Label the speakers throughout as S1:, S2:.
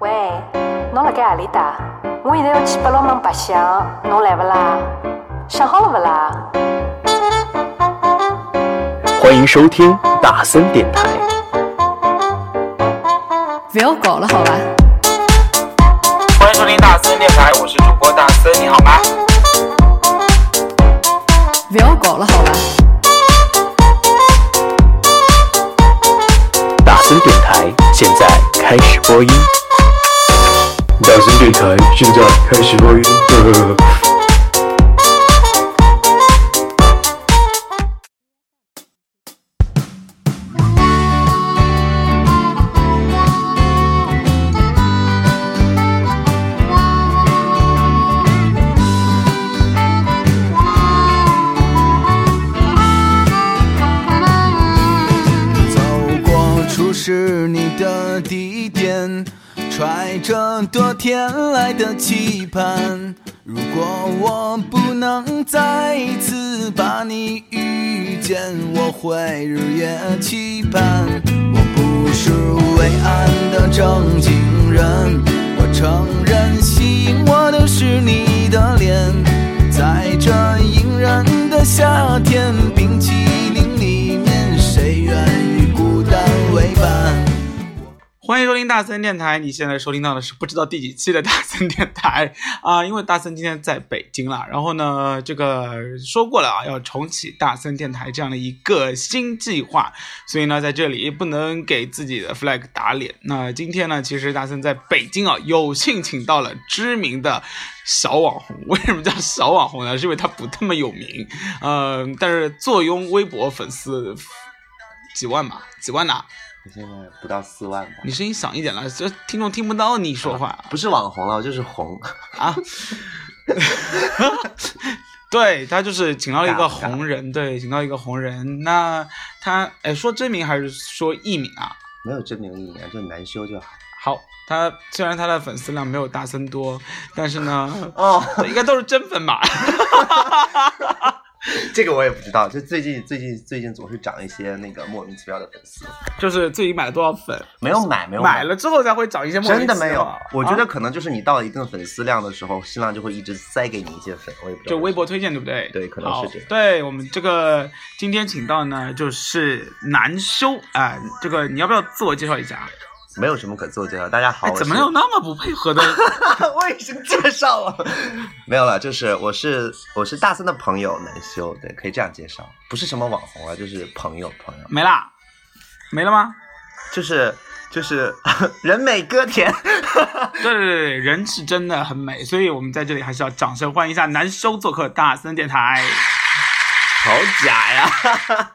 S1: 喂，侬辣盖阿里搭？我现在要去八六门白相，侬来勿啦？想好了勿啦？
S2: 欢迎收听大森电台。
S3: 不要搞了好吧？
S4: 欢迎收听大森电台，我是主播大森，你好吗？
S3: 不要搞了好吧？
S2: 大森电台现在开始播音。
S5: 大声电台现在开始播音。呵呵呵
S6: 走过初识你的地点，揣着多天来的期盼。如果我不能再一次把你遇见，我会日夜期盼。我不是伟岸的正经人，我承认吸引我的是你的脸，在这隐然的夏天，冰淇淋里面，谁愿与孤单为伴？
S4: 欢迎收听大森电台，你现在收听到的是不知道第几期的大森电台啊、因为大森今天在北京啦。然后呢，这个说过了啊，要重启大森电台这样的一个新计划，所以呢，在这里不能给自己的 flag 打脸。那今天呢，其实大森在北京啊，有幸请到了知名的小网红。为什么叫小网红呢？是因为他不那么有名，呃，但是坐拥微博粉丝几万吧，几万呐、
S7: 我现在不到四万吧
S4: 你，声音响一点了，这听众听不到你说话
S7: 不是网红了，我就是红。
S4: 啊。 对他就是请到了一个红人，对，请到一个红人。那他哎，说真名还是说艺名啊？
S7: 没有真名艺名，就难修就好。
S4: 好，他虽然他的粉丝量没有大森多，但是呢，
S7: 哦，
S4: 应该都是真 粉吧？
S7: 这个我也不知道，就最近最近最近总是涨一些那个莫名其妙的粉丝，
S4: 就是自己买了多少粉，
S7: 没有买，没有
S4: 买了之后才会涨一些莫名
S7: 真
S4: 其妙。
S7: 的没有。我觉得
S4: 啊
S7: 可能就是你到了一定粉丝量的时候，新浪就会一直塞给你一些粉，我也不知道。
S4: 就微博推荐，对不对？
S7: 对可能是
S4: 好
S7: 这样
S4: 对我们这个今天请到呢，就是南修啊、这个你要不要自我介绍一下？
S7: 没有什么可自我介绍。大家好，
S4: 哎，
S7: 我
S4: 怎么
S7: 是
S4: 有那么不配合的？
S7: 我已经介绍了，没有了，就是我是我是大森的朋友南修，对，可以这样介绍，不是什么网红啊，就是朋友朋友，
S4: 没啦，没了吗？
S7: 就是就是 人美歌 甜，
S4: 对对对对，人是真的很美，所以我们在这里还是要掌声欢迎一下南修做客大森电台
S7: 好假呀！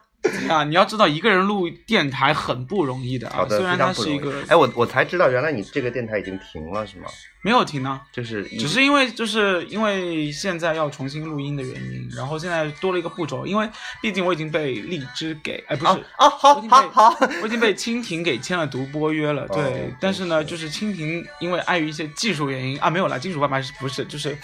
S4: 啊！你要知道，一个人录电台很不容易的啊，
S7: 好的，
S4: 虽然
S7: 非
S4: 它
S7: 常不
S4: 是
S7: 容
S4: 一
S7: 易
S4: 个。
S7: 哎，我我才知道，原来你这个电台已经停了，是吗？
S4: 没有停呢，
S7: 就是一
S4: 只是因为就是因为现在要重新录音的原因，然后现在多了一个步骤，因为毕竟我已经被荔枝给哎不是
S7: 哦哦，
S4: 我
S7: 好
S4: 已经被
S7: 好好，
S4: 我已经被蜻蜓给签了独播约了，对。
S7: 哦
S4: 但是呢，就
S7: 真
S4: 是蜻蜓因为碍于一些技术原因啊，没有啦，金属爸爸是不 是就是，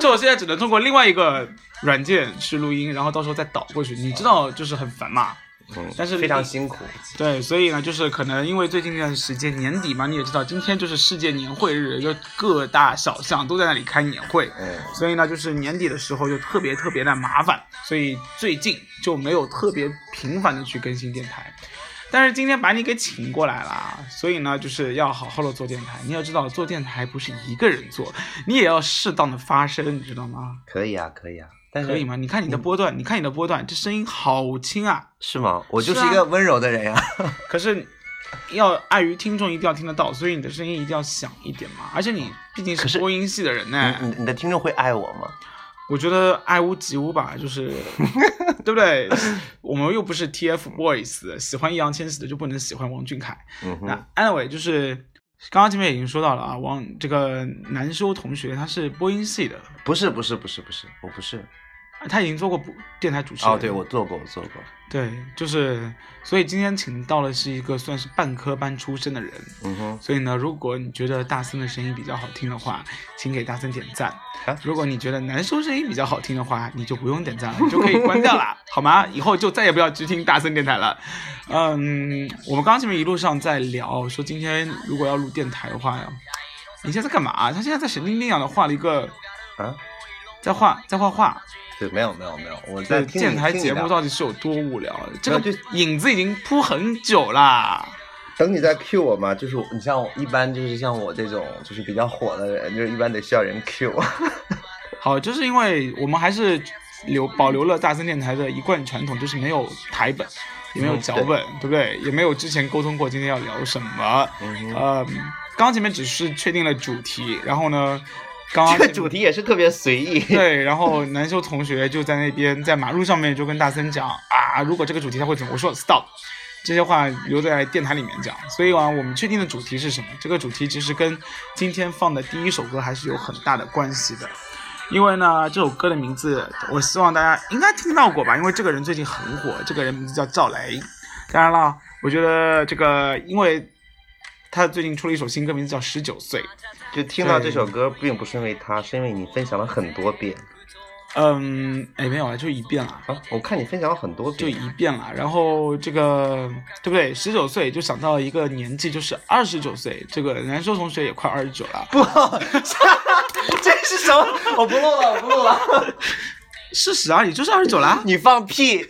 S4: 就我现在只能通过另外一个软件去录音，然后到时候再导过去，你知道就是很烦嘛。
S7: 嗯
S4: 但是
S7: 非常辛苦，
S4: 对，所以呢，就是可能因为最近这段时间年底嘛，你也知道，今天就是世界年会日，就各大小巷都在那里开年会，
S7: 嗯，
S4: 所以呢，就是年底的时候就特别特别的麻烦，所以最近就没有特别频繁的去更新电台。但是今天把你给请过来了，所以呢，就是要好好的做电台。你要知道，做电台不是一个人做，你也要适当的发声，你知道吗？
S7: 可以啊，可以啊，但是
S4: 可以吗？你看你的波段，你看你的波段，这声音好轻啊！
S7: 是吗？我
S4: 是
S7: 就是
S4: 啊
S7: 一个温柔的人呀，
S4: 可是要碍于听众一定要听得到，所以你的声音一定要响一点嘛。而且你毕竟
S7: 可
S4: 是
S7: 是嗯
S4: 播音系的人呢、
S7: 你你你的听众会爱我吗？
S4: 我觉得爱屋及乌吧，就是对不对？ 我们又不是 TFBOYS，喜欢易烊千玺的就不能喜欢王俊凯。
S7: 嗯哼，
S4: 那 anyway，就是刚刚前面已经说到了啊，王这个南修同学他是播音系的，
S7: 不是不是不是不是，我不是，
S4: 他已经做过不电台主持人。
S7: 哦，对，我做过，我做过。
S4: 对，就是，所以今天请到的是一个算是半科班出身的人。
S7: 嗯哼，
S4: 所以呢，如果你觉得大森的声音比较好听的话，请给大森点赞
S7: 啊；
S4: 如果你觉得男生声音比较好听的话，你就不用点赞了，你就可以关掉啦，好吗？以后就再也不要去听大森电台了。嗯，我们刚刚前面一路上在聊，说今天如果要录电台的话呀，你现在在干嘛？他现在在神经病一样的画了一个，
S7: 啊，
S4: 在画，在画画。
S7: 对，没有没有没有，我在
S4: 这
S7: 听
S4: 电
S7: 你
S4: 台
S7: 听你
S4: 节目
S7: 聊
S4: 到底是有多无聊？这个
S7: 没有就
S4: 影子已经铺很久啦。
S7: 等你再 Q 我嘛，就是你像我一般就是像我这种就是比较火的人，就是一般得需要人 Q。
S4: 好，就是因为我们还是留保留了大森电台的一贯传统，就是没有台本，也没有脚本，对不对？也没有之前沟通过今天要聊什么。呃，刚刚前面只是确定了主题，然后呢，刚刚
S7: 这个
S4: 前
S7: 主题也是特别随意。
S4: 对，然后南修同学就在那边在马路上面就跟大森讲啊，如果这个主题他会怎么？我说 stop，这些话留在电台里面讲。所以啊，我们确定的主题是什么？这个主题其实跟今天放的第一首歌还是有很大的关系的。因为呢，这首歌的名字，我希望大家应该听到过吧？因为这个人最近很火，这个人名字叫赵雷。当然了，我觉得这个，因为他最近出了一首新歌，名字叫《十九岁》。
S7: 就听到这首歌，并不是因为它，是因为你分享了很多遍
S4: 嗯，哎，没有啊，就一遍了。
S7: 啊！我看你分享了很多
S4: 就
S7: 遍，
S4: 一遍了。然后这个对不对？十九岁就想到一个年纪，就是二十九岁。这个南叔同学也快二十九了，不
S7: 这是什么？ 我不录了，我不录了。
S4: 事实啊，你就是二十九了。
S7: 你放屁！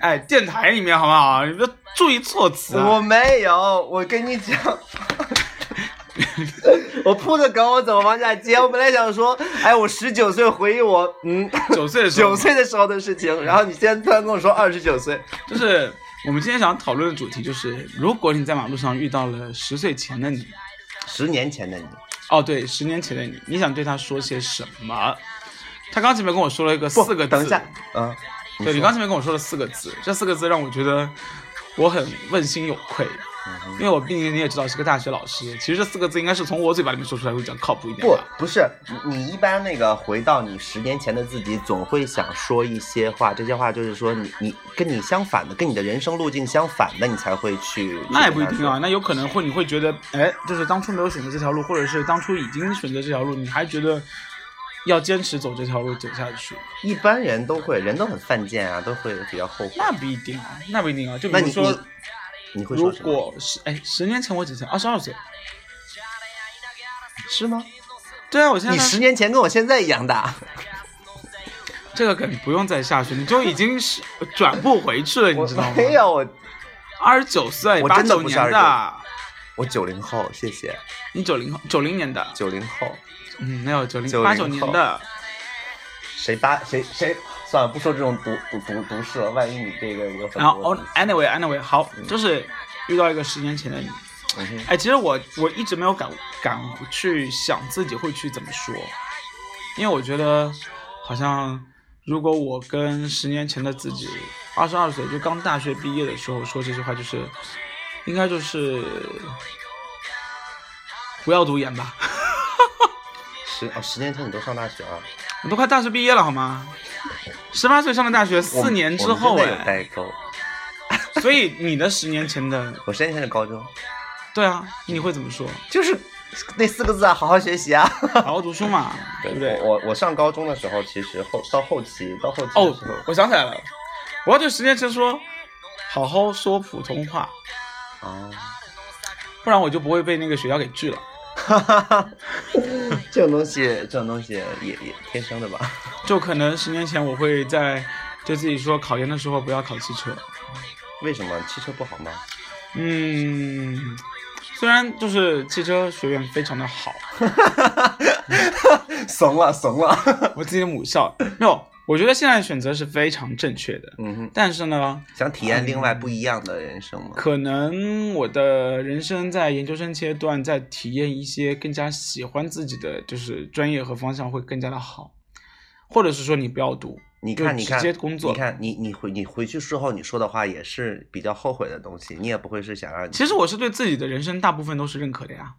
S4: 哎，电台里面好不好？你不要注意措辞、啊。
S7: 我没有，我跟你讲。 我铺的梗我怎么往下接？我本来想说，哎，我十九岁回忆我，嗯，
S4: 九岁的时候，
S7: 九岁的时候的事情。然后你现在突然跟我说二十九岁，
S4: 就是我们今天想讨论的主题，就是如果你在马路上遇到了十岁前的你，
S7: 十年前的你，
S4: 哦，对，十年前的你，你想对他说些什么？他刚前面跟我说了一个
S7: 不
S4: 四个字，
S7: 等一下，啊，
S4: 对你
S7: 说
S4: 刚才没跟我说了四个字，这四个字让我觉得我很问心有愧，
S7: 嗯
S4: 因为我毕竟你也知道是个大学老师，其实这四个字应该是从我嘴巴里面说出来会比较靠谱一点
S7: 不
S4: 吧。，
S7: 不是你你一般那个回到你十年前的自己，总会想说一些话，这些话就是说你你跟你相反的，跟你的人生路径相反的，你才会去。
S4: 那也
S7: 去
S4: 不
S7: 跟
S4: 一
S7: 他
S4: 定啊，
S7: 说。
S4: 那有可能会你会觉得，哎，就是当初没有选择这条路，或者是当初已经选择这条路，你还觉得要坚持走这条路走下去，
S7: 一般人都会，人都很犯贱啊，都会比较后悔。
S4: 那不一定啊，那不一定啊。就比
S7: 那
S4: 如
S7: 你
S4: 说，
S7: 你你会
S4: 如
S7: 说什么
S4: 果是哎，十年前我只才二十二岁，
S7: 是吗？
S4: 对啊，我现在
S7: 你十年前跟我现在一样大，
S4: 这个梗不用再下去，你就已经是 转不回去了，你
S7: 我
S4: 知道吗？
S7: 没有，我
S4: 二十九岁，
S7: 我
S4: 八
S7: 真的
S4: 九
S7: 不是
S4: 年的
S7: 29，我九零后，谢谢
S4: 你九零后，九零年的，
S7: 九零后，
S4: 嗯，没有九零
S7: 90
S4: 八九年的，
S7: 谁八谁谁算了，不说这种毒毒毒毒事了，万一你这个有很
S4: 然后
S7: 多
S4: 哦，anyway anyway，好，就是遇到一个十年前的你，
S7: 嗯哼
S4: 哎，其实我我一直没有敢敢去想自己会去怎么说，因为我觉得好像如果我跟十年前的自己，二十二岁就刚大学毕业的时候说这句话，就是应该就是不要读研吧，
S7: 十哦十年前你都上大学了。
S4: 我都快大学毕业了好吗？十八岁上的大学，
S7: 我
S4: 四
S7: 们
S4: 年之后
S7: 我们真的有
S4: 哎，
S7: 代沟。
S4: 所以你的十年前的，
S7: 我十年前的高中
S4: 对啊，你会怎么说？
S7: 就是那四个字啊，好好学习 啊。
S4: 好好读书 嘛，对不对？
S7: 我我上高中的时候，其实后到后期到后期
S4: 哦
S7: 的时候，
S4: 我想起来了，我要对十年前说，好好说普通话，
S7: 哦，
S4: 不然我就不会被那个学校给拒了。
S7: 哈哈哈，这种东西这种东西也也天生的吧？
S4: 就可能十年前我会在对自己说，考研的时候不要考汽车。
S7: 为什么汽车不好吗？
S4: 嗯，虽然就是汽车学院非常的好，
S7: 怂了怂了。
S4: 我自己的母校没有，我觉得现在选择是非常正确的。
S7: 嗯哼，
S4: 但是呢，
S7: 想体验另外不一样的人生吗？
S4: 可能我的人生在研究生阶段，在体验一些更加喜欢自己的就是专业和方向会更加的好，或者是说你不要读，
S7: 你
S4: 就
S7: 看，你
S4: 直
S7: 看，
S4: 接工作。
S7: 你，看，你你回你回去事后你说的话也是比较后悔的东西，你也不会是想让你
S4: 其实我是对自己的人生大部分都是认可的呀，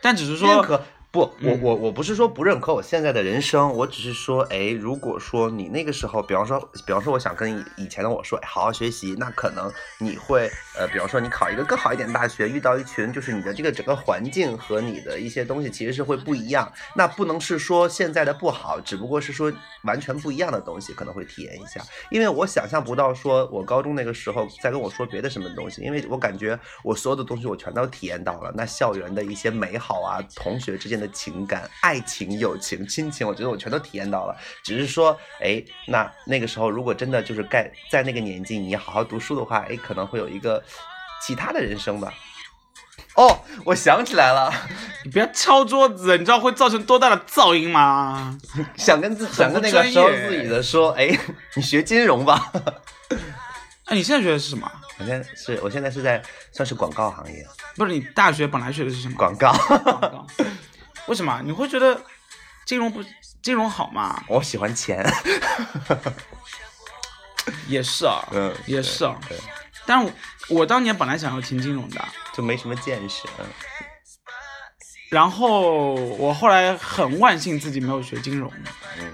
S4: 但只是
S7: 认
S4: 说
S7: 可不，我
S4: 嗯
S7: 我我不是说不认可我现在的人生，我只是说，哎，如果说你那个时候，比方说，比方说，我想跟以以前的我说，哎，好好学习，那可能你会，呃，比方说你考一个更好一点的大学，遇到一群就是你的这个整个环境和你的一些东西其实是会不一样。那不能是说现在的不好，只不过是说完全不一样的东西，可能会体验一下。因为我想象不到说我高中那个时候在跟我说别的什么东西，因为我感觉我所有的东西我全都体验到了。那校园的一些美好啊，同学之间的情感、爱情、友情、亲情，我觉得我全都体验到了。只是说，哎，那那个时候如果真的就是该在那个年纪你好好读书的话，哎，可能会有一个其他的人生吧。哦，我想起来了，
S4: 你不要敲桌子，你知道会造成多大的噪音吗？
S7: 想跟自想跟那个
S4: 很不
S7: 时候
S4: 专业
S7: 自己的说，哎， 你学金融吧。
S4: 哎，你现在学的是什么？
S7: 我现在是我现在是在算是广告行业，啊
S4: 不是你大学本来学的是什么？
S7: 广告。
S4: 广告。为什么你会觉得金融不金融好吗？
S7: 我喜欢钱，
S4: 也是啊，
S7: 嗯
S4: 也是啊。
S7: 对对
S4: 但是我我当年本来想要听金融的，
S7: 就没什么见识。嗯
S4: 然后我后来很万幸自己没有学金融，
S7: 嗯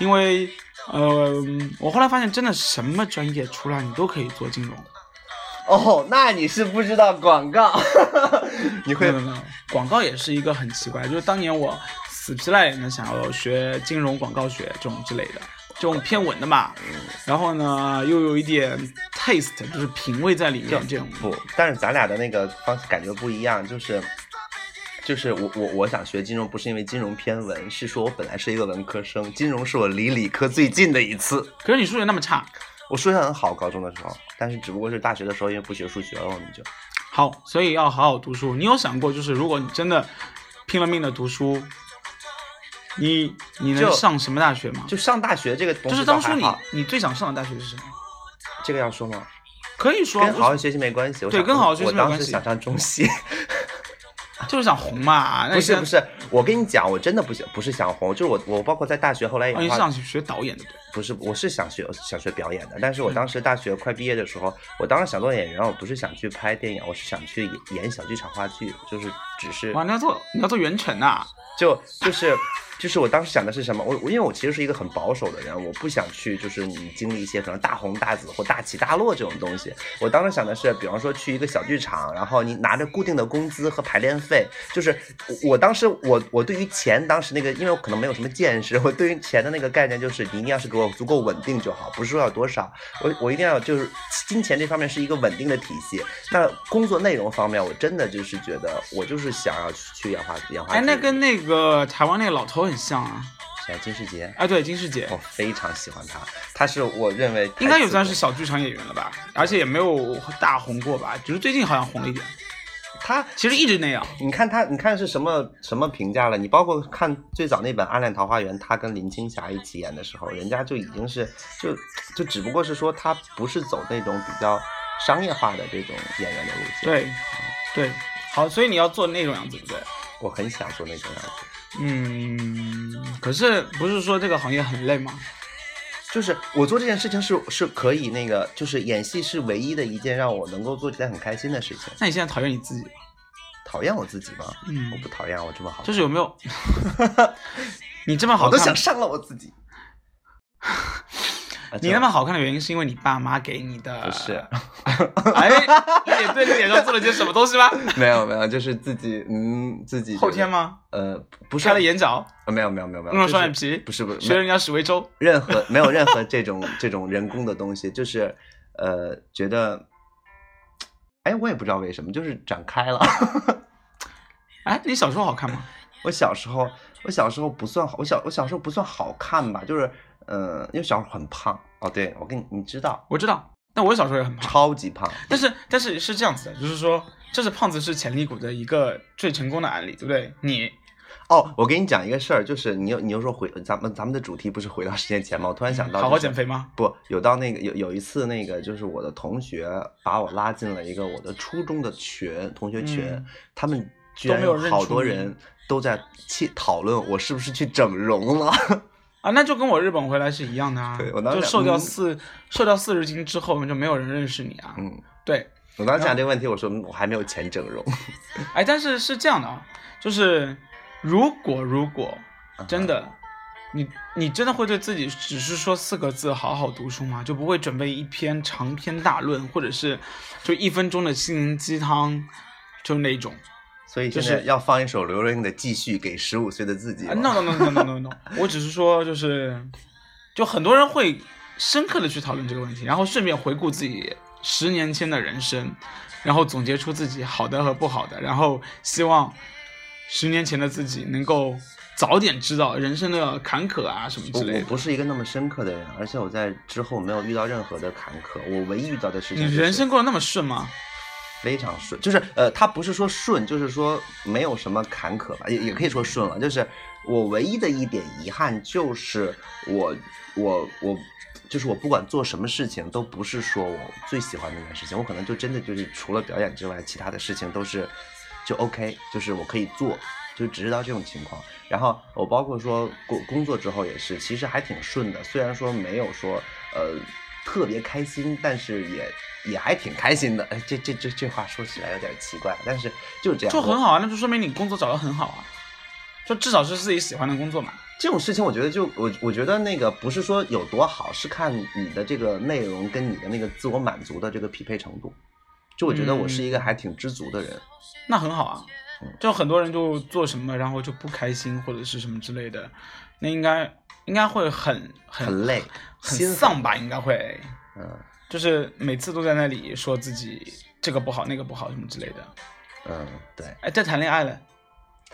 S4: 因为呃，我后来发现真的什么专业出来你都可以做金融，
S7: 哦，那你是不知道广告，你
S4: 没
S7: 会
S4: 有没有没有，广告也是一个很奇怪，就是当年我死皮赖脸的想要学金融广告学这种之类的，这种偏文的嘛，
S7: 嗯
S4: 然后呢又有一点 taste，就是品味在里面这种。
S7: 不，但是咱俩的那个方感觉不一样，就是。就是我我我想学金融，不是因为金融偏文，是说我本来是一个文科生，金融是我离理科最近的一次。
S4: 可是你数学那么差，
S7: 我数学很好，高中的时候，但是只不过是大学的时候，因为不学数学了，我们就
S4: 好，所以要好好读书。你有想过，就是如果你真的拼了命的读书，你你
S7: 就
S4: 能上什么大学吗？
S7: 就上大学这个东
S4: 就
S7: 西
S4: 是
S7: 倒
S4: 当
S7: 还
S4: 初
S7: 好，
S4: 你你最想上的大学是什么？
S7: 这个要说吗？
S4: 可以说啊
S7: 跟好好学习没关系。我
S4: 对
S7: 想
S4: 跟好好学习
S7: 我
S4: 没
S7: 当
S4: 关
S7: 时
S4: 系
S7: 想上中戏，
S4: 就是想红嘛。那
S7: 不
S4: 哎你
S7: 是
S4: 现在
S7: 不，是，我跟你讲，我真的不想不是想红，就是我我包括在大学后来也
S4: 哦，你
S7: 花
S4: 是想学导演的对？
S7: 不是，我是想学想学表演的，但是我当
S4: 嗯
S7: 时大学快毕业的时候，我当时想做演员，我不是想去拍电影，我是想去演演小剧场话剧，就是只是
S4: 哇，你要做你要做袁啊晨呐、
S7: 就就是就是我当时想的是什么？我我因为我其实是一个很保守的人，我不想去就是你经历一些可能大红大紫或大起大落这种东西。我当时想的是，比方说去一个小剧场，然后你拿着固定的工资和排练费，就是我我当时我我对于钱当时那个，因为我可能没有什么见识，我对于钱的那个概念就是你一定要是给我足够稳定就好，不是说要多少，我我一定要就是金钱这方面是一个稳定的体系。那工作内容方面，我真的就是觉得我就是想要去去演话演话剧。
S4: 哎，那跟那个台湾那个老头很像啊。
S7: 谁啊？金世杰，
S4: 哎，对，金世杰、
S7: 我非常喜欢他，他是我认为
S4: 应该也
S7: 也
S4: 算是小剧场演员了吧，而且也没有大红过吧，只是最近好像红了一点。
S7: 他。
S4: 其实一直那样，
S7: 你看他，你看是什么什么评价了？你包括看最早那本《暗恋桃花源》，他跟林青霞一起演的时候，人家就已经是就就只不过是说他不是走那种比较商业化的这种演员的路线。，
S4: 对，对，好，所以你要做那种样子，对不对？
S7: 我很想做那种样子。
S4: 嗯，可是不是说这个行业很累吗？
S7: 就是我做这件事情是是可以那个，就是演戏是唯一的一件让我能够做起来很开心的事情。
S4: 那你现在讨厌你自己吗，
S7: 讨厌我自己吗？
S4: 嗯
S7: 我不讨厌，我这么好看，
S4: 就是有没有？ 你这么好
S7: 我都
S4: 看
S7: 想，上了我自 己。啊
S4: 你那么好看的原因是因为你爸妈给你的？
S7: 不啊是，
S4: 哎，也对你脸上做了些什么东西 吗？
S7: 没有没有，就是自己嗯自己觉得
S4: 后天？吗？
S7: 呃，不是
S4: 开了眼角，
S7: 呃没有没有没有没有，
S4: 弄了
S7: 就是
S4: 双眼皮，
S7: 不是不是
S4: 学
S7: 没
S4: 人家史维周。
S7: 任何没有任何这种这种人工的东西，就是呃觉得，哎，我也不知道为什么，就是长开了。
S4: 哎，你小时候好看吗？
S7: 我小时候我小时候不算好，我小我小时候不算好看吧，就是呃因为小时候很胖哦，对我跟你你知道
S4: 我知道，但我小时候也很胖，
S7: 超级胖，
S4: 但是但是是这样子的，就是说，这是胖子是潜力股的一个最成功的案例，对不对？你
S7: 哦，我给你讲一个事儿，就是你又你又说回咱们咱们的主题不是回到十年前吗？我突然想到、
S4: 好好减肥。吗？
S7: 不，有到那个有有一次那个就是我的同学把我拉进了一个我的初中的群，同学群，
S4: 嗯
S7: 他们居
S4: 都
S7: 然
S4: 没有
S7: 有
S4: 认
S7: 好
S4: 出
S7: 多
S4: 你
S7: 人都在去讨论我是不是去整容了。
S4: 啊，那就跟我日本回来是一样的啊。
S7: 对我当时
S4: 就
S7: 想
S4: 瘦掉
S7: 嗯
S4: 四、瘦掉四十斤之后，就没有人认识你啊。
S7: 嗯，
S4: 对，
S7: 我当时想这个问题，我说嗯我还没有钱整容。
S4: 哎，但是是这样的啊，就是如果如果
S7: 嗯
S4: 真的，你你真的会对自己只是说四个字好好读书吗？就不会准备一篇长篇大论，或者是就一分钟的心灵鸡汤，就那种。
S7: 所以
S4: 就
S7: 现
S4: 是
S7: 在要放一首刘若英的《继续》给十五岁的自己吗。
S4: 啊 no no no no no no no，我只是说就是，就很多人会深刻的去讨论这个问题，然后顺便回顾自己十年前的人生，然后总结出自己好的和不好的，然后希望十年前的自己能够早点知道人生的坎坷啊什么
S7: 我
S4: 之类
S7: 我
S4: 的。
S7: 不是一个那么深刻的人，而且我在之后没有遇到任何的坎坷，我唯一遇到的事
S4: 你
S7: 情、就是
S4: 人生过得那么顺吗？
S7: 非常顺，就是呃，它不是说顺，就是说没有什么坎坷吧，也也可以说顺了。就是我唯一的一点遗憾就是我我我，就是我不管做什么事情都不是说我最喜欢的那件事情，我可能就真的就是除了表演之外，其他的事情都是就 OK，就是我可以做，就只是到这种情况。然后我包括说工工作之后也是，其实还挺顺的，虽然说没有说呃特别开心，但是也也还挺开心的。哎，这这这这话说起来有点奇怪，但是就这样
S4: 就很。好啊，那就说明你工作找得很好啊，就至少是自己喜欢的工作嘛。
S7: 这种事情我觉得就我我觉得那个不是说有多好，是看你的这个内容跟你的那个自我满足的这个匹配程度。就我觉得我是
S4: 嗯
S7: 一个还挺知足的人，
S4: 那很好啊。就很多人就做什么，然后就不开心或者是什么之类的，那应该应该会很很
S7: 很累
S4: 很
S7: 心
S4: 丧
S7: 烦
S4: 吧？应该会，
S7: 嗯
S4: 就是每次都在那里说自己这个不好那个不好什么之类的。
S7: 嗯，对，
S4: 哎，在谈恋爱了，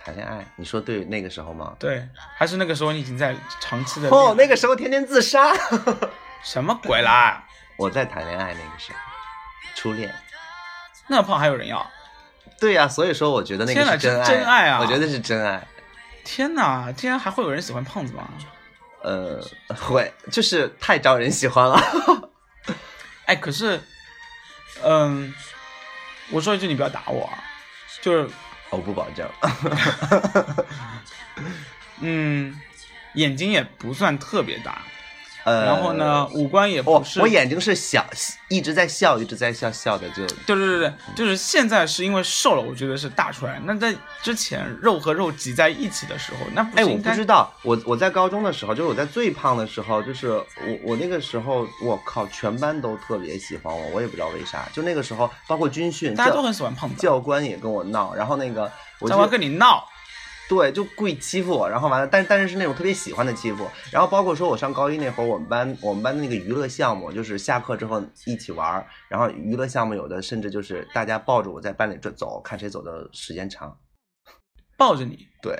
S7: 谈恋爱，你说对那个时候吗？
S4: 对，还是那个时候你已经在长期的
S7: 哦，那个时候天天自杀。
S4: 什么鬼啦？
S7: 我在谈恋爱那个时候，初恋。
S4: 那么胖还有人要？
S7: 对呀、所以说我觉得那个
S4: 天哪
S7: 是真
S4: 这
S7: 爱，
S4: 是真爱啊
S7: 我觉得是真爱。
S4: 天哪，竟然还会有人喜欢胖子吗？
S7: 呃，会就是太招人喜欢了。
S4: 哎，可是，嗯，我说一句，你不要打我啊，就是
S7: 我不保证，
S4: 嗯，眼睛也不算特别大，
S7: 呃，
S4: 然后呢，五官也
S7: 我
S4: 不是。
S7: 我眼睛是小，一直在笑，一直在笑，笑的就
S4: 对对对对，就是现在是因为瘦了，我觉得是大出来。那在之前肉和肉挤在一起的时候，那不
S7: 哎，
S4: 是
S7: 我
S4: 应
S7: 不
S4: 该
S7: 知道，我我在高中的时候，就是我在最胖的时候，就是我我那个时候，我靠，全班都特别喜欢我，我也不知道为啥。就那个时候，包括军训，
S4: 大家
S7: 教
S4: 都很喜欢胖子
S7: 教官也跟我闹，然后那个我
S4: 干
S7: 就
S4: 嘛跟你闹？
S7: 对，就故意欺负我，然后完了，但但是是那种特别喜欢的欺负。然后包括说我上高一那会儿，我们班我们班的那个娱乐项目就是下课之后一起玩儿，然后娱乐项目有的甚至就是大家抱着我在班里转走，看谁走的时间长。
S4: 抱着你，
S7: 对，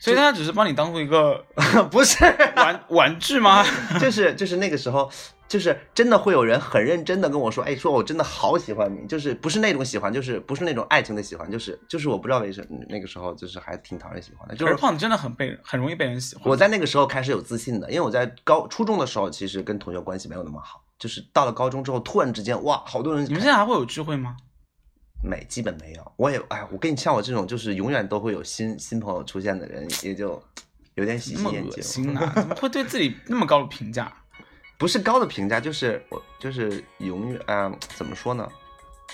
S4: 所以大家只是把你当做一个
S7: 不是，
S4: 玩玩具吗？
S7: 就是就是那个时候，就是真的会有人很认真的跟我说，哎，说我真的好喜欢你，就是不是那种喜欢，就是不是那种爱情的喜欢，就是就是我不知道为什么那个时候就是还挺讨人喜欢的，就
S4: 可
S7: 是
S4: 是胖子真的很被很容易被人喜欢。
S7: 我在那个时候开始有自信的，因为我在高初中的时候其实跟同学关系没有那么好，就是到了高中之后，突然之间哇，好多人
S4: 你们现在还会有聚会吗？
S7: 没基本没有，我也哎，我跟你像我这种就是永远都会有新新朋友出现的人，也就有点喜
S4: 那
S7: 新
S4: 么
S7: 厌
S4: 恶
S7: 旧。
S4: 心啊！怎么会对自己那么高的评价？
S7: 不是高的评价，就是我就是永远啊、怎么说呢？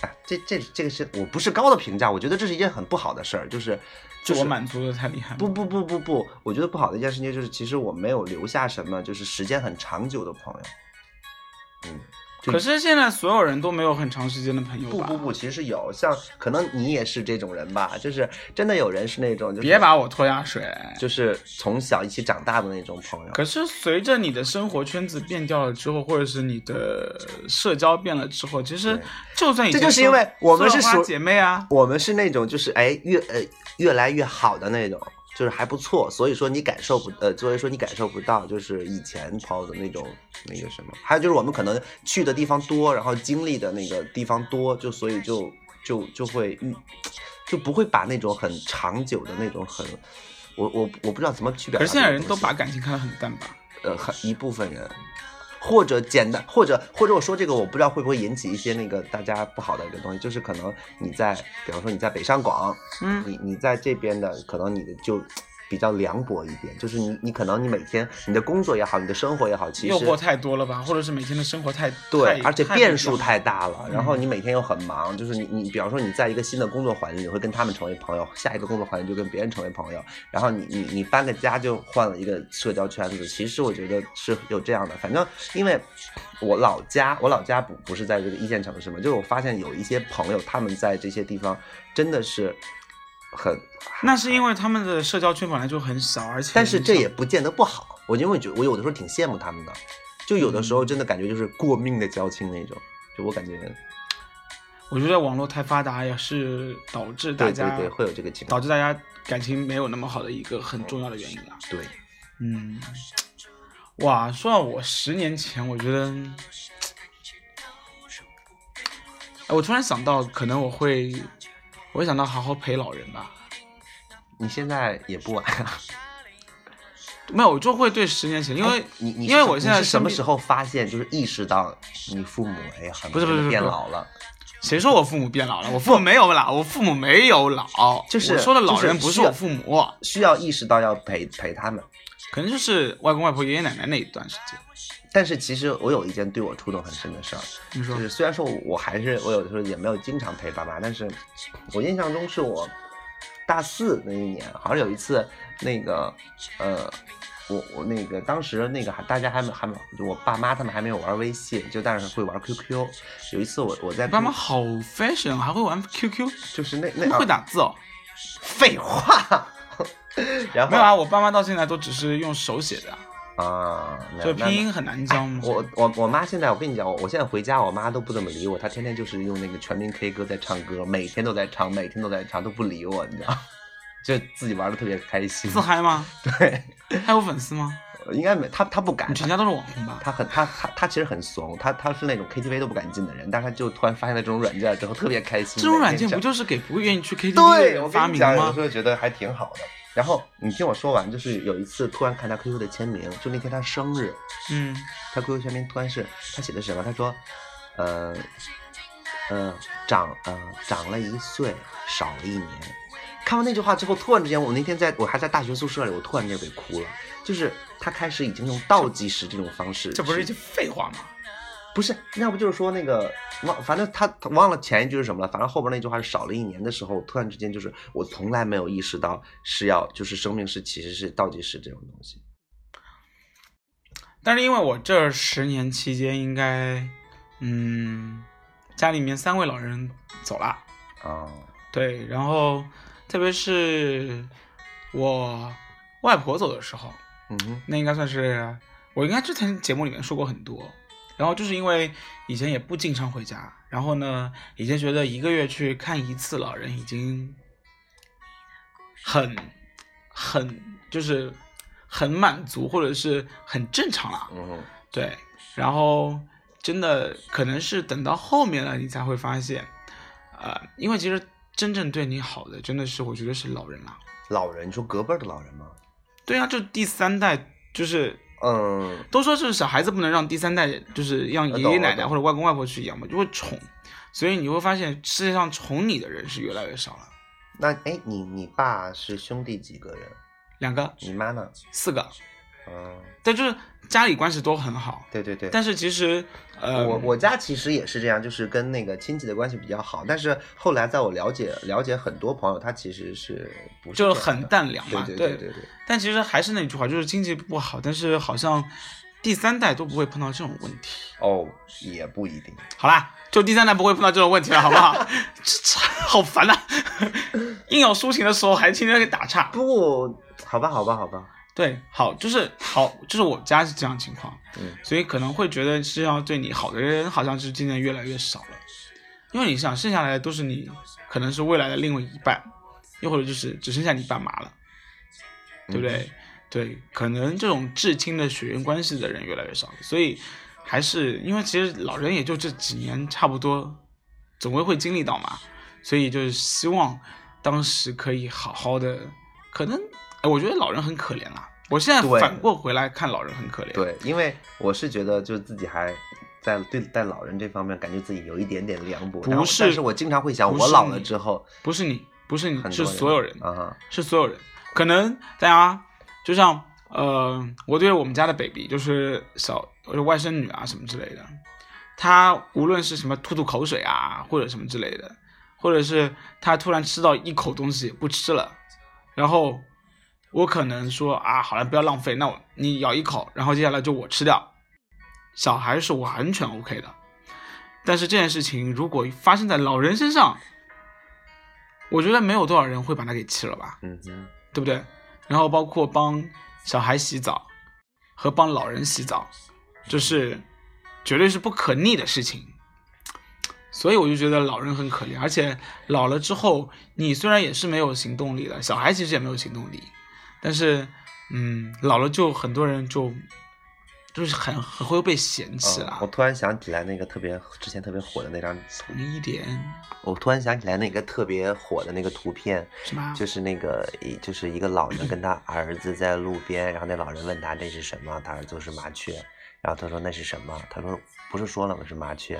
S7: 哎，这这这个是我不是高的评价，我觉得这是一件很不好的事儿，就是
S4: 自
S7: 就
S4: 我
S7: 是
S4: 满足的太厉害了。
S7: 不不不不不，我觉得不好的一件事情就是，其实我没有留下什么，就是时间很长久的朋友。嗯，就
S4: 可是现在所有人都没有很长时间的朋友
S7: 不
S4: 吧？
S7: 不不，其实有，像可能你也是这种人吧，就是真的有人是那种，就是
S4: 别把我拖下水。
S7: 就是从小一起长大的那种朋友。
S4: 可是随着你的生活圈子变掉了之后，或者是你的社交变了之后，其实
S7: 对
S4: 就算已
S7: 这
S4: 经
S7: 就是
S4: 说
S7: 因为我们是
S4: 做花
S7: 属
S4: 姐妹啊，
S7: 我们是那种就是哎越呃越来越好的那种，就是还不错，所以说你感受不呃，所以说你感受不到就是以前朋友的那种那个什么，还有就是我们可能去的地方多，然后经历的那个地方多，就所以就就就会遇就不会把那种很长久的那种很。我我我不知道怎么去表
S4: 可
S7: 达
S4: 是
S7: 这
S4: 现
S7: 个东西。
S4: 在人都把感情看得很淡吧？
S7: 呃很一部分人，或者简单，或者或者我说这个，我不知道会不会引起一些那个大家不好的一个东西，就是可能你在，比方说你在北上广，
S4: 嗯
S7: 你你在这边的，可能你的就比较凉薄一点，就是你你可能你每天你的工作也好，你的生活也好，其
S4: 诱惑
S7: 实
S4: 太多了吧，或者是每天的生活太
S7: 对，
S4: 太
S7: 而且
S4: 太
S7: 变数
S4: 不一样嗯
S7: 太大了。然后你每天又很忙，就是你你，比方说你在一个新的工作环境，你会跟他们成为朋友，下一个工作环境就跟别人成为朋友，然后你你你搬个家就换了一个社交圈子。其实我觉得是有这样的，反正因为我老家，我老家不不是在这个一线城市嘛，就是我发现有一些朋友他们在这些地方真的是很
S4: 那是因为他们的社交圈本来就很少，而且
S7: 但是这也不见得不好。我因为觉我有的时候挺羡慕他们的，就有的时
S4: 嗯
S7: 候真的感觉就是过命的交情那种。就我感觉，
S4: 我觉得网络太发达也是导致大
S7: 对
S4: 家
S7: 对对，会有这个情
S4: 导
S7: 况。
S4: 致大家感情没有那么好的一个很重要的原因啊。
S7: 对，
S4: 嗯，哇，说到我十年前，我觉得，哎，我突然想到，可能我会，我会想到好好陪老人吧。
S7: 你现在也不晚啊，
S4: 没有，我就会对十年前，因为、
S7: 哎你你是
S4: 因为我现在
S7: 你是什么
S4: 身边
S7: 时候发现就是意识到你父母哎呀，很
S4: 不是不
S7: 真
S4: 是不
S7: 的
S4: 是
S7: 变老了，
S4: 谁说我父母变老了？我父母没有老，我父母没有老，
S7: 就是
S4: 我说的老
S7: 就是
S4: 人不是
S7: 需要
S4: 我父母，
S7: 需要意识到要陪陪他们。
S4: 可能就是外公外婆、爷爷奶奶那一段时间。
S7: 但是其实我有一件对我触动很深的事儿，
S4: 你说
S7: 就是虽然说我还是我有的时候也没有经常陪爸妈，但是我印象中是我大四那一年，好像有一次那个呃，我我那个当时那个还大家还没还没就我爸妈他们还没有玩微信，就但是会玩 QQ。有一次我我在
S4: 你爸妈好 fashion，还会玩 QQ，
S7: 就是那啊
S4: 他们
S7: 那
S4: 会打字哦。
S7: 废话， 然后
S4: 没有啊，我爸妈到现在都只是用手写的啊，
S7: 啊，那
S4: 就
S7: 那
S4: 拼音很难教嘛。
S7: 我我我妈现在，我跟你讲，我我现在回家，我妈都不怎么理我，她天天就是用那个全民 K 歌在唱歌，每天都在唱，每天都在唱，都不理我，你知道， 就自己玩的特别开心。
S4: 自嗨吗？
S7: 对，
S4: 还有粉丝吗？
S7: 应该没她她不敢
S4: 你，全家都是网红吧？
S7: 她很她她她其实很怂，她她是那种 KTV 都不敢进的人，但是她就突然发现了这种软件之后，特别开心。
S4: 这种
S7: 每
S4: 软
S7: 天
S4: 件
S7: 这样
S4: 不就是给不愿意去 KTV 的
S7: 对我
S4: 人发
S7: 跟你
S4: 明
S7: 讲，有
S4: 吗
S7: 的时？候觉得还挺好的。然后你听我说完，就是有一次突然看她 QQ 的签名，就那天她生日，
S4: 嗯，
S7: 他 QQ 全名突然是他写的是什么？他说，呃，呃，长呃长了一岁，少了一年。看完那句话之后，突然之间，我那天在我还在大学宿舍里，我突然之间给哭了。就是他开始已经用倒计时这种方式去，
S4: 这不是一句废话吗？
S7: 不是，那不就是说那个忘，反正他他忘了前一句是什么了，反正后边那句话是少了一年的时候，突然之间就是我从来没有意识到是要就是生命是其实是倒计时这种东西。
S4: 但是因为我这十年期间，应该，嗯，家里面三位老人走了，
S7: 啊、
S4: 对，然后特别是我外婆走的时候，
S7: 嗯哼，
S4: 那应该算是我应该之前节目里面说过很多。然后就是因为以前也不经常回家，然后呢，以前觉得一个月去看一次老人已经很很就是很满足或者是很正常了，
S7: 嗯哼，
S4: 对。然后真的可能是等到后面了，你才会发现，呃，因为其实真正对你好的真的是我觉得是老人啦。
S7: 老人，你说隔辈儿的老人吗？
S4: 对啊，就第三代就是
S7: 嗯，
S4: 都说是小孩子不能让第三代，就是让
S7: 呃
S4: 爷爷奶奶或者外公外婆去养嘛，就会宠，所以你会发现世界上宠你的人是越来越少了。
S7: 那哎，你你爸是兄弟几个人？
S4: 两个、
S7: 你妈呢？
S4: 四个，
S7: 嗯，
S4: 但就是家里关系都很好，
S7: 对对对。
S4: 但是其实呃，
S7: 我我家其实也是这样，就是跟那个亲戚的关系比较好，但是后来在我了解了解很多朋友，他其实是不是
S4: 就是
S7: 这样
S4: 很
S7: 的
S4: 淡良嘛，
S7: 对对对对。
S4: 但其实还是那句话，就是经济不好，但是好像第三代都不会碰到这种问题。
S7: 哦，也不一定。
S4: 好啦，就第三代不会碰到这种问题了，好 不好？这这好烦呐、 硬要抒情的时候还天天给打岔。
S7: 不，好吧，好吧，好吧。
S4: 对，好，就是好，就是我家是这样情况，
S7: 嗯
S4: 所以可能会觉得是要对你好的人，好像是渐渐越来越少了，因为你想剩下来的都是你，可能是未来的另外一半，又或者就是只剩下你爸妈了，对不对？对，可能这种至亲的血缘关系的人越来越少，所以还是因为其实老人也就这几年差不多，总归会经历到嘛，所以就是希望当时可以好好的，可能哎我觉得老人很可怜啦。我现在
S7: 对
S4: 反过回来看老人很可怜，
S7: 对，因为我是觉得，就自己还在对待老人这方面，感觉自己有一点点凉薄。
S4: 不
S7: 然后但
S4: 是
S7: 是我经常会想，
S4: 不
S7: 我
S4: 是
S7: 老了
S4: 你
S7: 之后，
S4: 不是你，不是你
S7: 很，多
S4: 是所有人，
S7: 啊哈。
S4: 是所有人。可能大家就像呃，我对我们家的 baby 就是小我的外甥女啊什么之类的，她无论是什么吐吐口水啊，或者什么之类的，或者是她突然吃到一口东西不吃了，然后我可能说啊，好了，不要浪费，那我你咬一口，然后接下来就我吃掉。小孩是完全 OK 的，但是这件事情如果发生在老人身上，我觉得没有多少人会把它给吃了吧。
S7: 嗯哼，
S4: 对不对？然后包括帮小孩洗澡和帮老人洗澡，这是绝对是不可逆的事情。所以我就觉得老人很可怜，而且老了之后，你虽然也是没有行动力的，小孩其实也没有行动力，但是，嗯，老了就很多人就就是很很会被嫌弃
S7: 嗯我
S4: 了。
S7: 突然想起来那个特别之前特别火的那张，
S4: 同一点，
S7: 我突然想起来那个特别火的那个图片，
S4: 是吗？
S7: 就是那个一就是一个老人跟他儿子在路边，然后那老人问他这是什么，他儿子说是麻雀，然后他说那是什么，他说不是说了吗是麻雀，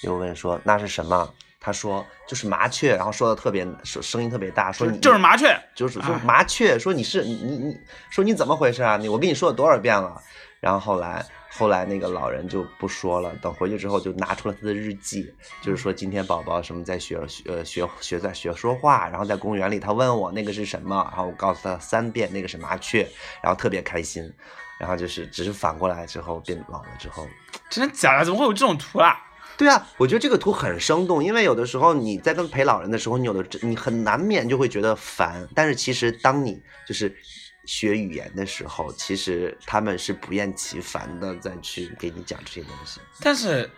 S7: 又问说那是什么，他说就是麻雀，然后说的特别说声音特别大，说
S4: 就
S7: 你
S4: 就是麻雀，
S7: 就是说
S4: 哎
S7: 麻雀，说你是你你你说你怎么回事啊？你我跟你说了多少遍了？然后后来后来那个老人就不说了，等回去之后就拿出了他的日记，就是说今天宝宝什么在学学呃学学在学说话，然后在公园里他问我那个是什么，然后我告诉他三遍那个是麻雀，然后特别开心，然后就是只是反过来之后变老了之后，
S4: 真的假的？怎么会有这种图啦？
S7: 对啊，我觉得这个图很生动，因为有的时候你在跟陪老人的时候，你有的你很难免就会觉得烦，但是其实当你就是学语言的时候，其实他们是不厌其烦的再去给你讲这些东西。
S4: 但是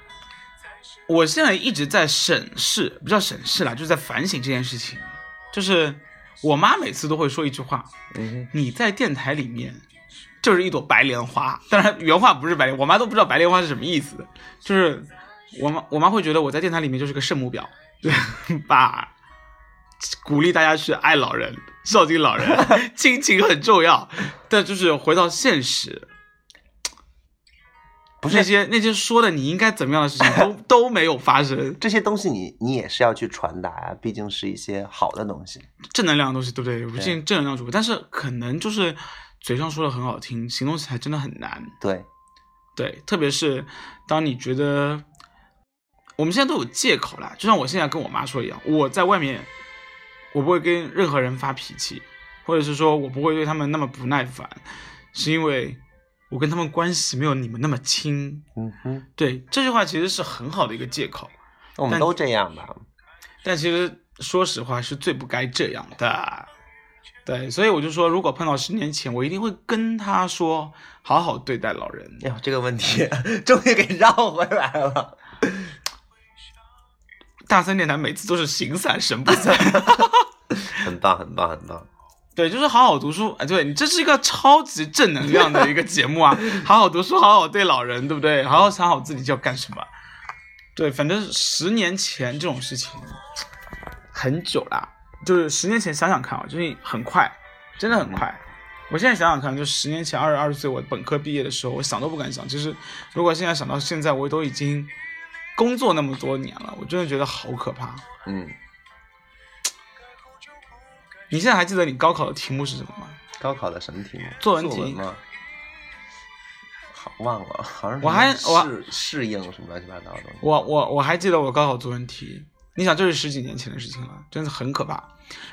S4: 我现在一直在审视，不叫审视啦，就是在反省这件事情。就是我妈每次都会说一句话：“
S7: 嗯
S4: 你在电台里面就是一朵白莲花。”当然，原话不是白莲，我妈都不知道白莲花是什么意思。就是我妈，我妈会觉得我在电台里面就是个圣母婊， 对把鼓励大家去爱老人、孝敬老人，亲情很重要。但就是回到现实，
S7: 不
S4: 那
S7: 是
S4: 些那些说的你应该怎么样的事情 都都没有发生，
S7: 这些东西你你也是要去传达呀、毕竟是一些好的东西。
S4: 正能量的东西对不对？我进正能量主播，但是可能就是嘴上说的很好听，行动起来真的很难。
S7: 对，
S4: 对，特别是当你觉得我们现在都有借口啦，就像我现在跟我妈说一样，我在外面我不会跟任何人发脾气，或者是说我不会对他们那么不耐烦，是因为我跟他们关系没有你们那么亲。
S7: 嗯哼，
S4: 对，这句话其实是很好的一个借口。
S7: 我们
S4: 但
S7: 都这样吧。
S4: 但其实说实话是最不该这样的。对，所以我就说，如果碰到十年前，我一定会跟他说，好好对待老人。
S7: 哎呦，这个问题 终于给绕回来了。
S4: 大三电台每次都是形散神不散。
S7: 很棒，很棒，很棒。
S4: 对，就是好好读书。哎，对你这是一个超级正能量的一个节目啊！好好读书，好好对老人，对不对？好好想好自己要干什么。对，反正十年前这种事情很久啦，就是十年前想想看啊，就是很快，真的很快。我现在想想看，就十年前二十二岁，我本科毕业的时候，我想都不敢想。其实，如果现在想到现在，我都已经工作那么多年了，我真的觉得好可怕。
S7: 嗯，
S4: 你现在还记得你高考的题目是什么吗？
S7: 高考的什么题目？
S4: 作文题
S7: 吗？好忘了，好像是
S4: 我还
S7: 什
S4: 我
S7: 么适适应什么乱七八糟的东西。
S4: 我我我还记得我高考作文题，你想这是十几年前的事情了，真的很可怕。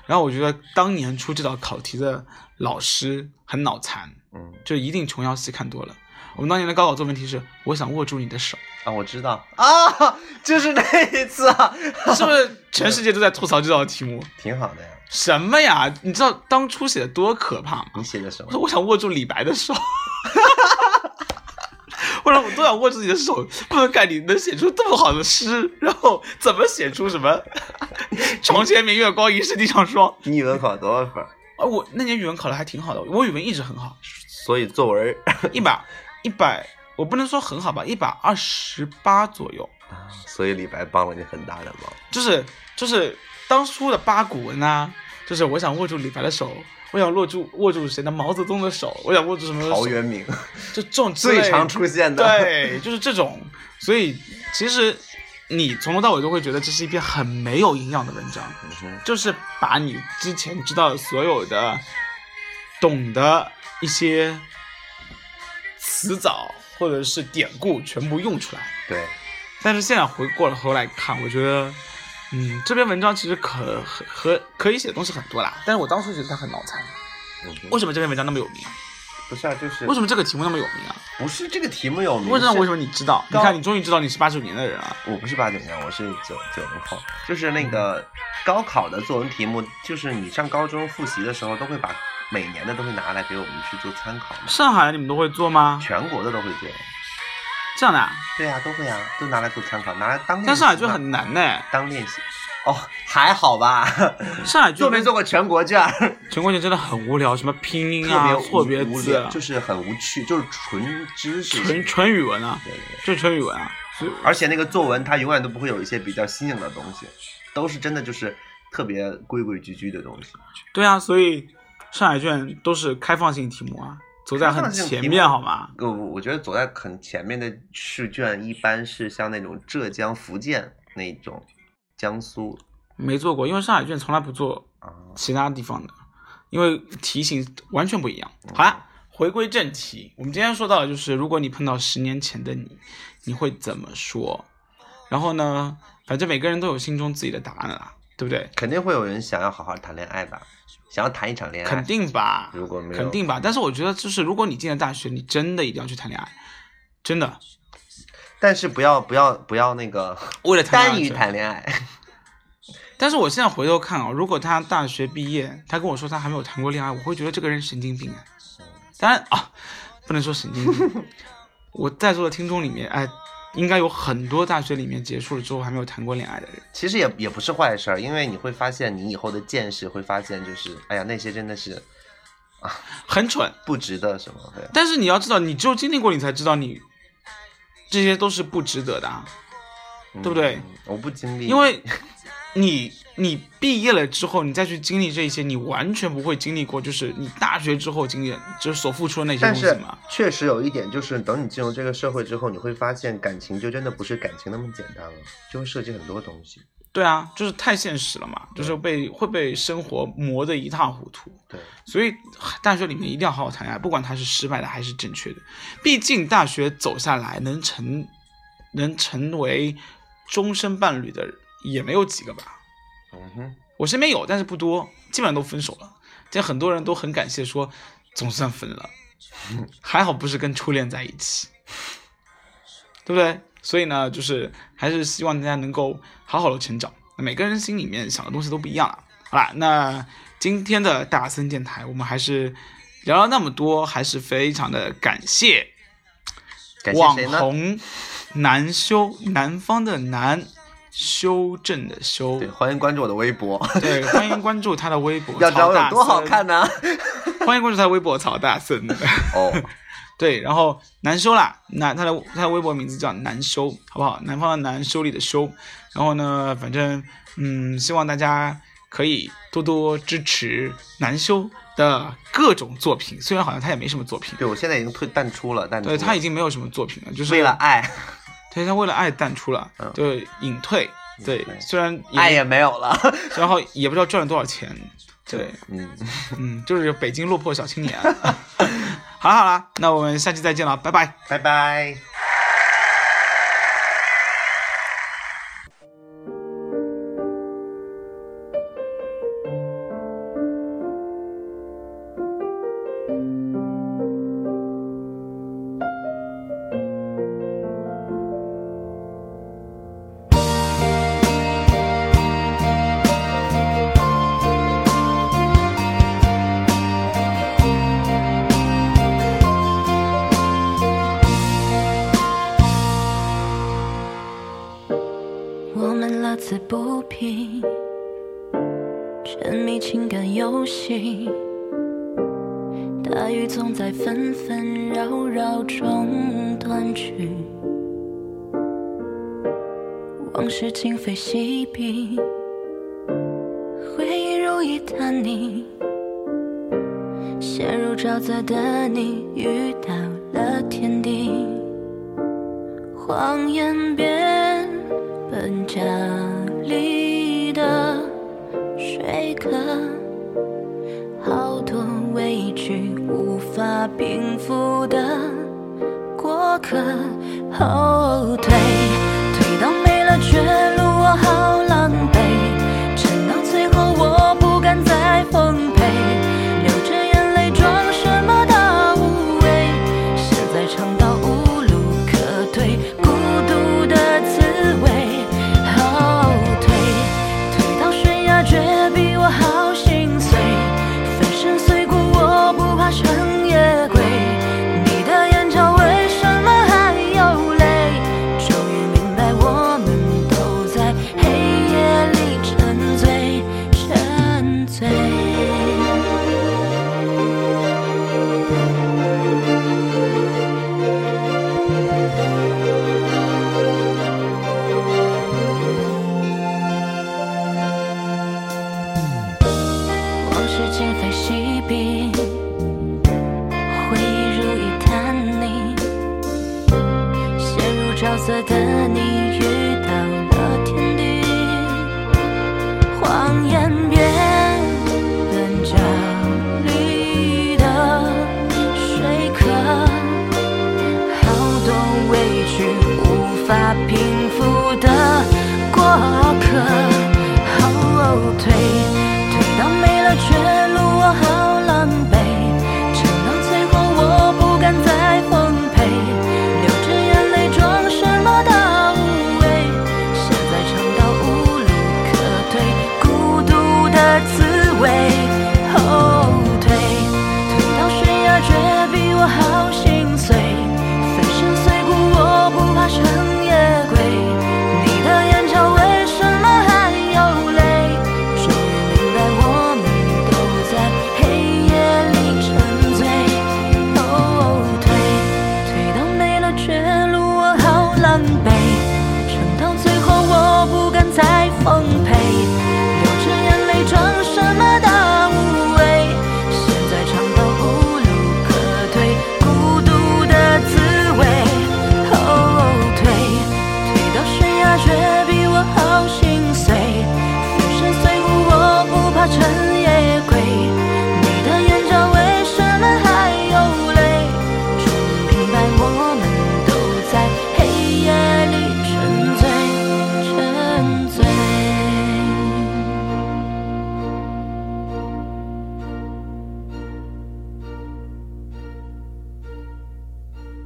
S4: 然后我觉得当年出这道考题的老师很脑残，
S7: 嗯
S4: 就一定琼瑶戏看多了。我们当年的高考作文题是“我想握住你的手
S7: 啊，我知道啊，就是那一次啊，”，
S4: 是不是全世界都在吐槽这道题目？
S7: 挺好的呀。
S4: 什么呀？你知道当初写的多可怕吗？
S7: 你写的什
S4: 我说
S7: 么？
S4: 我想握住李白的手， 我说我都想握住你的手，不能看你能写出这么好的诗，然后怎么写出什么“床前明月光，疑是地上霜
S7: 你语文考多少 分儿？”？
S4: 啊，我那年语文考的还挺好的，我语文一直很好，
S7: 所以作文儿
S4: 一百一百，我不能说很好吧，一百二十八左右，
S7: 啊，所以李白帮了你很大的忙。
S4: 就是就是当初的八股文啊，就是我想握住李白的手。我想握住握住谁的毛泽东的手，我想握住什么的手
S7: 陶渊明
S4: 就这种之类
S7: 最
S4: 的
S7: 常出现的，，
S4: 对，就是这种。所以其实你从头到尾都会觉得这是一篇很没有营养的文章，
S7: 嗯哼
S4: 就是把你之前知道的所有的懂得一些词藻或者是典故全部用出来。
S7: 对，
S4: 但是现在回过头来看，我觉得，嗯，这篇文章其实可和和可以写的东西很多啦，但是我当时觉得它很脑残。
S7: 嗯
S4: 为什么这篇文章那么有名？
S7: 不是啊，就是
S4: 为什么这个题目那么有名啊？
S7: 不是这个题目有名？
S4: 我知道
S7: 是
S4: 为什么你知道，你
S7: 高
S4: 看你终于知道你是八九年的人了。
S7: 我不是八九年，我是九九零后，就是那
S4: 嗯
S7: 个高考的作文题目，就是你上高中复习的时候都会把每年的都会拿来给我们去做参考嘛，
S4: 上海你们都会做吗？
S7: 全国的都会做，
S4: 这样的、啊，
S7: 对啊，都会啊，都拿来做参考，拿来当练习嘛。
S4: 但上啊海就很难呢、
S7: 当练习，哦，还好吧，
S4: 上海
S7: 做
S4: 就
S7: 没做过全国卷儿，
S4: 全国卷真的很无聊，什么拼音
S7: 特
S4: 啊、
S7: 别
S4: 错别
S7: 无无
S4: 字
S7: 聊，，就是很无趣，就是纯知识
S4: 纯纯语文啊，
S7: 对对对
S4: 就是纯语文啊。所以
S7: 而且那个作文它永远都不会有一些比较新颖的东西，都是真的就是特别规规矩矩的东西。
S4: 对啊，所以上海卷都是开放性题目啊，走在
S7: 开
S4: 很
S7: 放性
S4: 前
S7: 题目
S4: 面好吗？
S7: 呃，我觉得走在很前面的试卷一般是像那种浙江、福建那种，江苏
S4: 没做过，因为上海卷从来不做
S7: 啊，
S4: 其他地方的，因为题型完全不一样。
S7: 嗯
S4: 好啦，回归正题，我们今天说到的就是，如果你碰到十年前的你，你会怎么说？然后呢，反正每个人都有心中自己的答案啦，对不对？
S7: 肯定会有人想要好好谈恋爱吧，想要谈一场恋爱，
S4: 肯定吧，
S7: 如果没有
S4: 肯定吧。但是我觉得，就是如果你进了大学，你真的一定要去谈恋爱，真的
S7: 但是不要不要不要那个
S4: 为了谈恋爱
S7: 单于
S4: 是
S7: 谈恋爱，
S4: 但是我现在回头看啊、如果他大学毕业，他跟我说他还没有谈过恋爱，我会觉得这个人神经病啊。当然啊，不能说神经 病。我在座的听众里面，哎，应该有很多大学里面结束了之后还没有谈过恋爱的人。
S7: 其实也也不是坏事儿，因为你会发现你以后的见识会发现就是，哎呀，那些真的是
S4: 很蠢。
S7: 不值得什么的。
S4: 但是你要知道，你只有经历过，你才知道你这些都是不值得的啊。
S7: 对
S4: 对不对？
S7: 嗯我不经历，
S4: 因为你你毕业了之后，你再去经历这些，你完全不会经历过，就是你大学之后经历的，就是所付出的那些
S7: 但
S4: 东西
S7: 是
S4: 嘛。
S7: 确实有一点，就是等你进入这个社会之后，你会发现感情就真的不是感情那么简单了，就会涉及很多东西。
S4: 对啊，就是太现实了嘛，就是被会被生活磨得一塌糊涂。
S7: 对，
S4: 所以大学里面一定要好好谈恋爱，不管它是失败的还是正确的，毕竟大学走下来能成能成为终身伴侣的也没有几个吧。
S7: 嗯哼，
S4: 我身边有，但是不多，基本上都分手了。但很多人都很感谢说，总算分 了，还好不是跟初恋在一起，对不对？所以呢，就是还是希望大家能够好好的成长。那每个人心里面想的东西都不一样了。好啦，那今天的大森电台，我们还是聊了那么多，还是非常的感谢
S7: 感谢
S4: 网
S7: 谁呢？
S4: 红南修南方的南修正的修
S7: 对，，欢迎关注我的微博，，
S4: 对，欢迎关注他的微博
S7: 要知道我
S4: 曹大
S7: 有多好
S4: 森
S7: 看呢、
S4: 欢迎关注他的微博曹大森。
S7: 哦，
S4: 对，然后南修啦，南他的他的微博名字叫南修，好不好？南方的南，修理的修。然后呢，反正嗯，希望大家可以多多支持南修的各种作品，虽然好像他也没什么作品，
S7: 对我现在已经退淡出了，淡出
S4: 对
S7: 了。
S4: 他已经没有什么作品了，就是
S7: 为了，爱，
S4: 对他为了爱淡出了
S7: 嗯，
S4: 对，隐退，对
S7: 隐，退
S4: 虽然也
S7: 爱也没有了。
S4: 然后也不知道赚了多少钱，对。
S7: 嗯，
S4: 嗯，就是北京落魄小青年。啊 好了好了，那我们下期再见了，拜拜。
S7: 拜拜。
S8: 我们乐此不疲，沉迷情感游戏，大雨总在纷纷扰扰中断去，往事今非昔比，回忆如一滩泥，陷入沼泽的你遇到了天地。谎言变本加厉的说客，好多畏惧法平复的过客，后退，退到没了绝路，我好狼狈，撑到最后我不敢再奉陪，流着眼泪装什么大无畏，实在尝到无路可退，孤独的滋味，后退，退到悬崖绝壁，我好心碎。粉身碎骨，我不怕成夜鬼。你的眼角为什么还有泪？终于明白，我们都在黑夜里沉醉，沉醉。往事今非昔比，回忆如一滩泥，陷入沼泽的你遇到了天地，谎言变成焦虑的水壳，好多委屈无法平复的过客，后退，退到没了绝路，我好狼狈，撑到最后我不敢再奉陪，流着眼泪装什么大无畏，现在尝到无路可退，孤独的滋味，后退，退到悬崖绝壁，我好心碎。粉身碎骨，我不怕成夜鬼。你的眼角为什么还有泪？终于明白，我们都在黑夜里沉醉。哦，退，退到没了绝路，我好狼狈。撑到最后，我不敢再奉陪，流着眼泪装什么大无畏？现在尝到无路可退，孤独的滋味。哦，退，退到悬崖绝壁，我好心碎，粉身碎骨，我不怕沉。